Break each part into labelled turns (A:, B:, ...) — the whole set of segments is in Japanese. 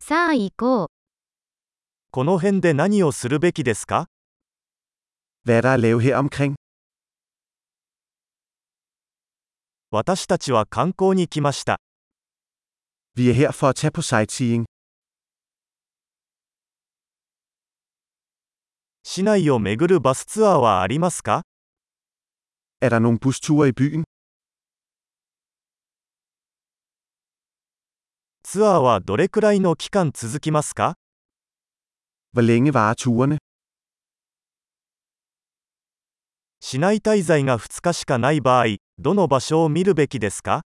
A: さあ行こう。
B: この辺で何をするべきですか
C: Hvad er der at lave her omkring?
B: 私たちは観光に来ました。
C: Vi er her for at tage på sightseeing.
B: 市内を巡るバスツアーはありますか
C: Er der nogle busture i byen?
B: ツアーはどれくらいの期間続きますか
C: Hvor længe varer turene?
B: 市内滞在が2日しかない場合、どの場所を見るべきですか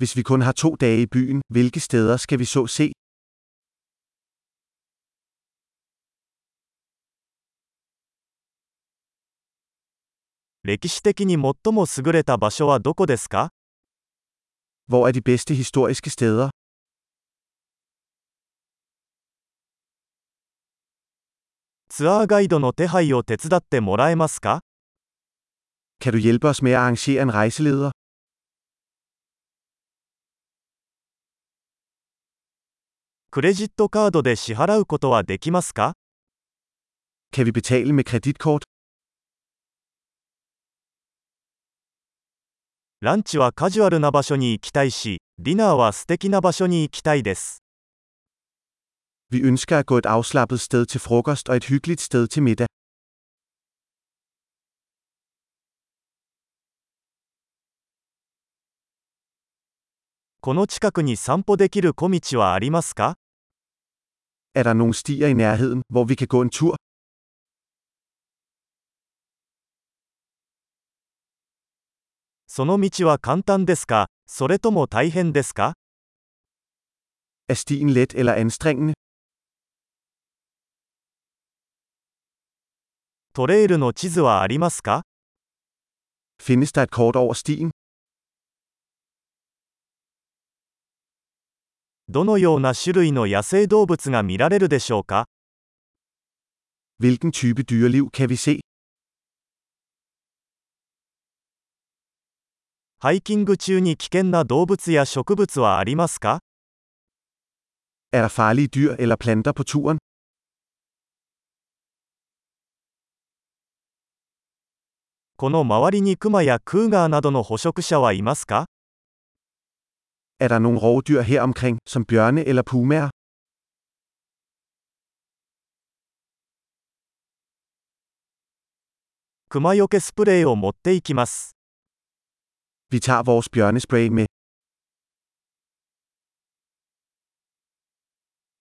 C: Hvis vi kun har to dage i byen, hvilke steder skal vi så se?
B: 歴史的に最も優れた場所はどこですか
C: Hvor er de bedste historiske steder?
B: ツアーガイドの手配を手伝ってもらえますか
C: Kan du hjælpe os med at arrangere en rejseleder?
B: クレジットカードで支払うことはできますか
C: Kan vi betale med kreditkort?
B: ランチはカジュアルな場所に行きたいし、ディナーは素敵な場所に行きたいです。
C: Vi ønsker at gå et afslappet sted til frokost og et hyggeligt sted til middag.
B: この近くに散歩できる小道はありますか
C: Er der nogle stier i nærheden, hvor vi kan gå en tur?
B: その道は簡単ですかそれとも大変ですか
C: Er stien let eller anstrengende?
B: トレイルの地図はありますか
C: Findes der et kort over stien?
B: どのような種類の野生動物が見られるでしょうか
C: Hvilken type dyreliv kan vi se?
B: ハイキング中に危険な動物や植物はありますか
C: Er der farlige dyr eller planter på turen?
B: この周りにクマやクーガーなどの捕食者はいますか
C: Er der nogle rovdyr her omkring, som bjørne eller pumaer?
B: クマよけスプレーを持っていきます。
C: Vi tager vores bjørnespray med.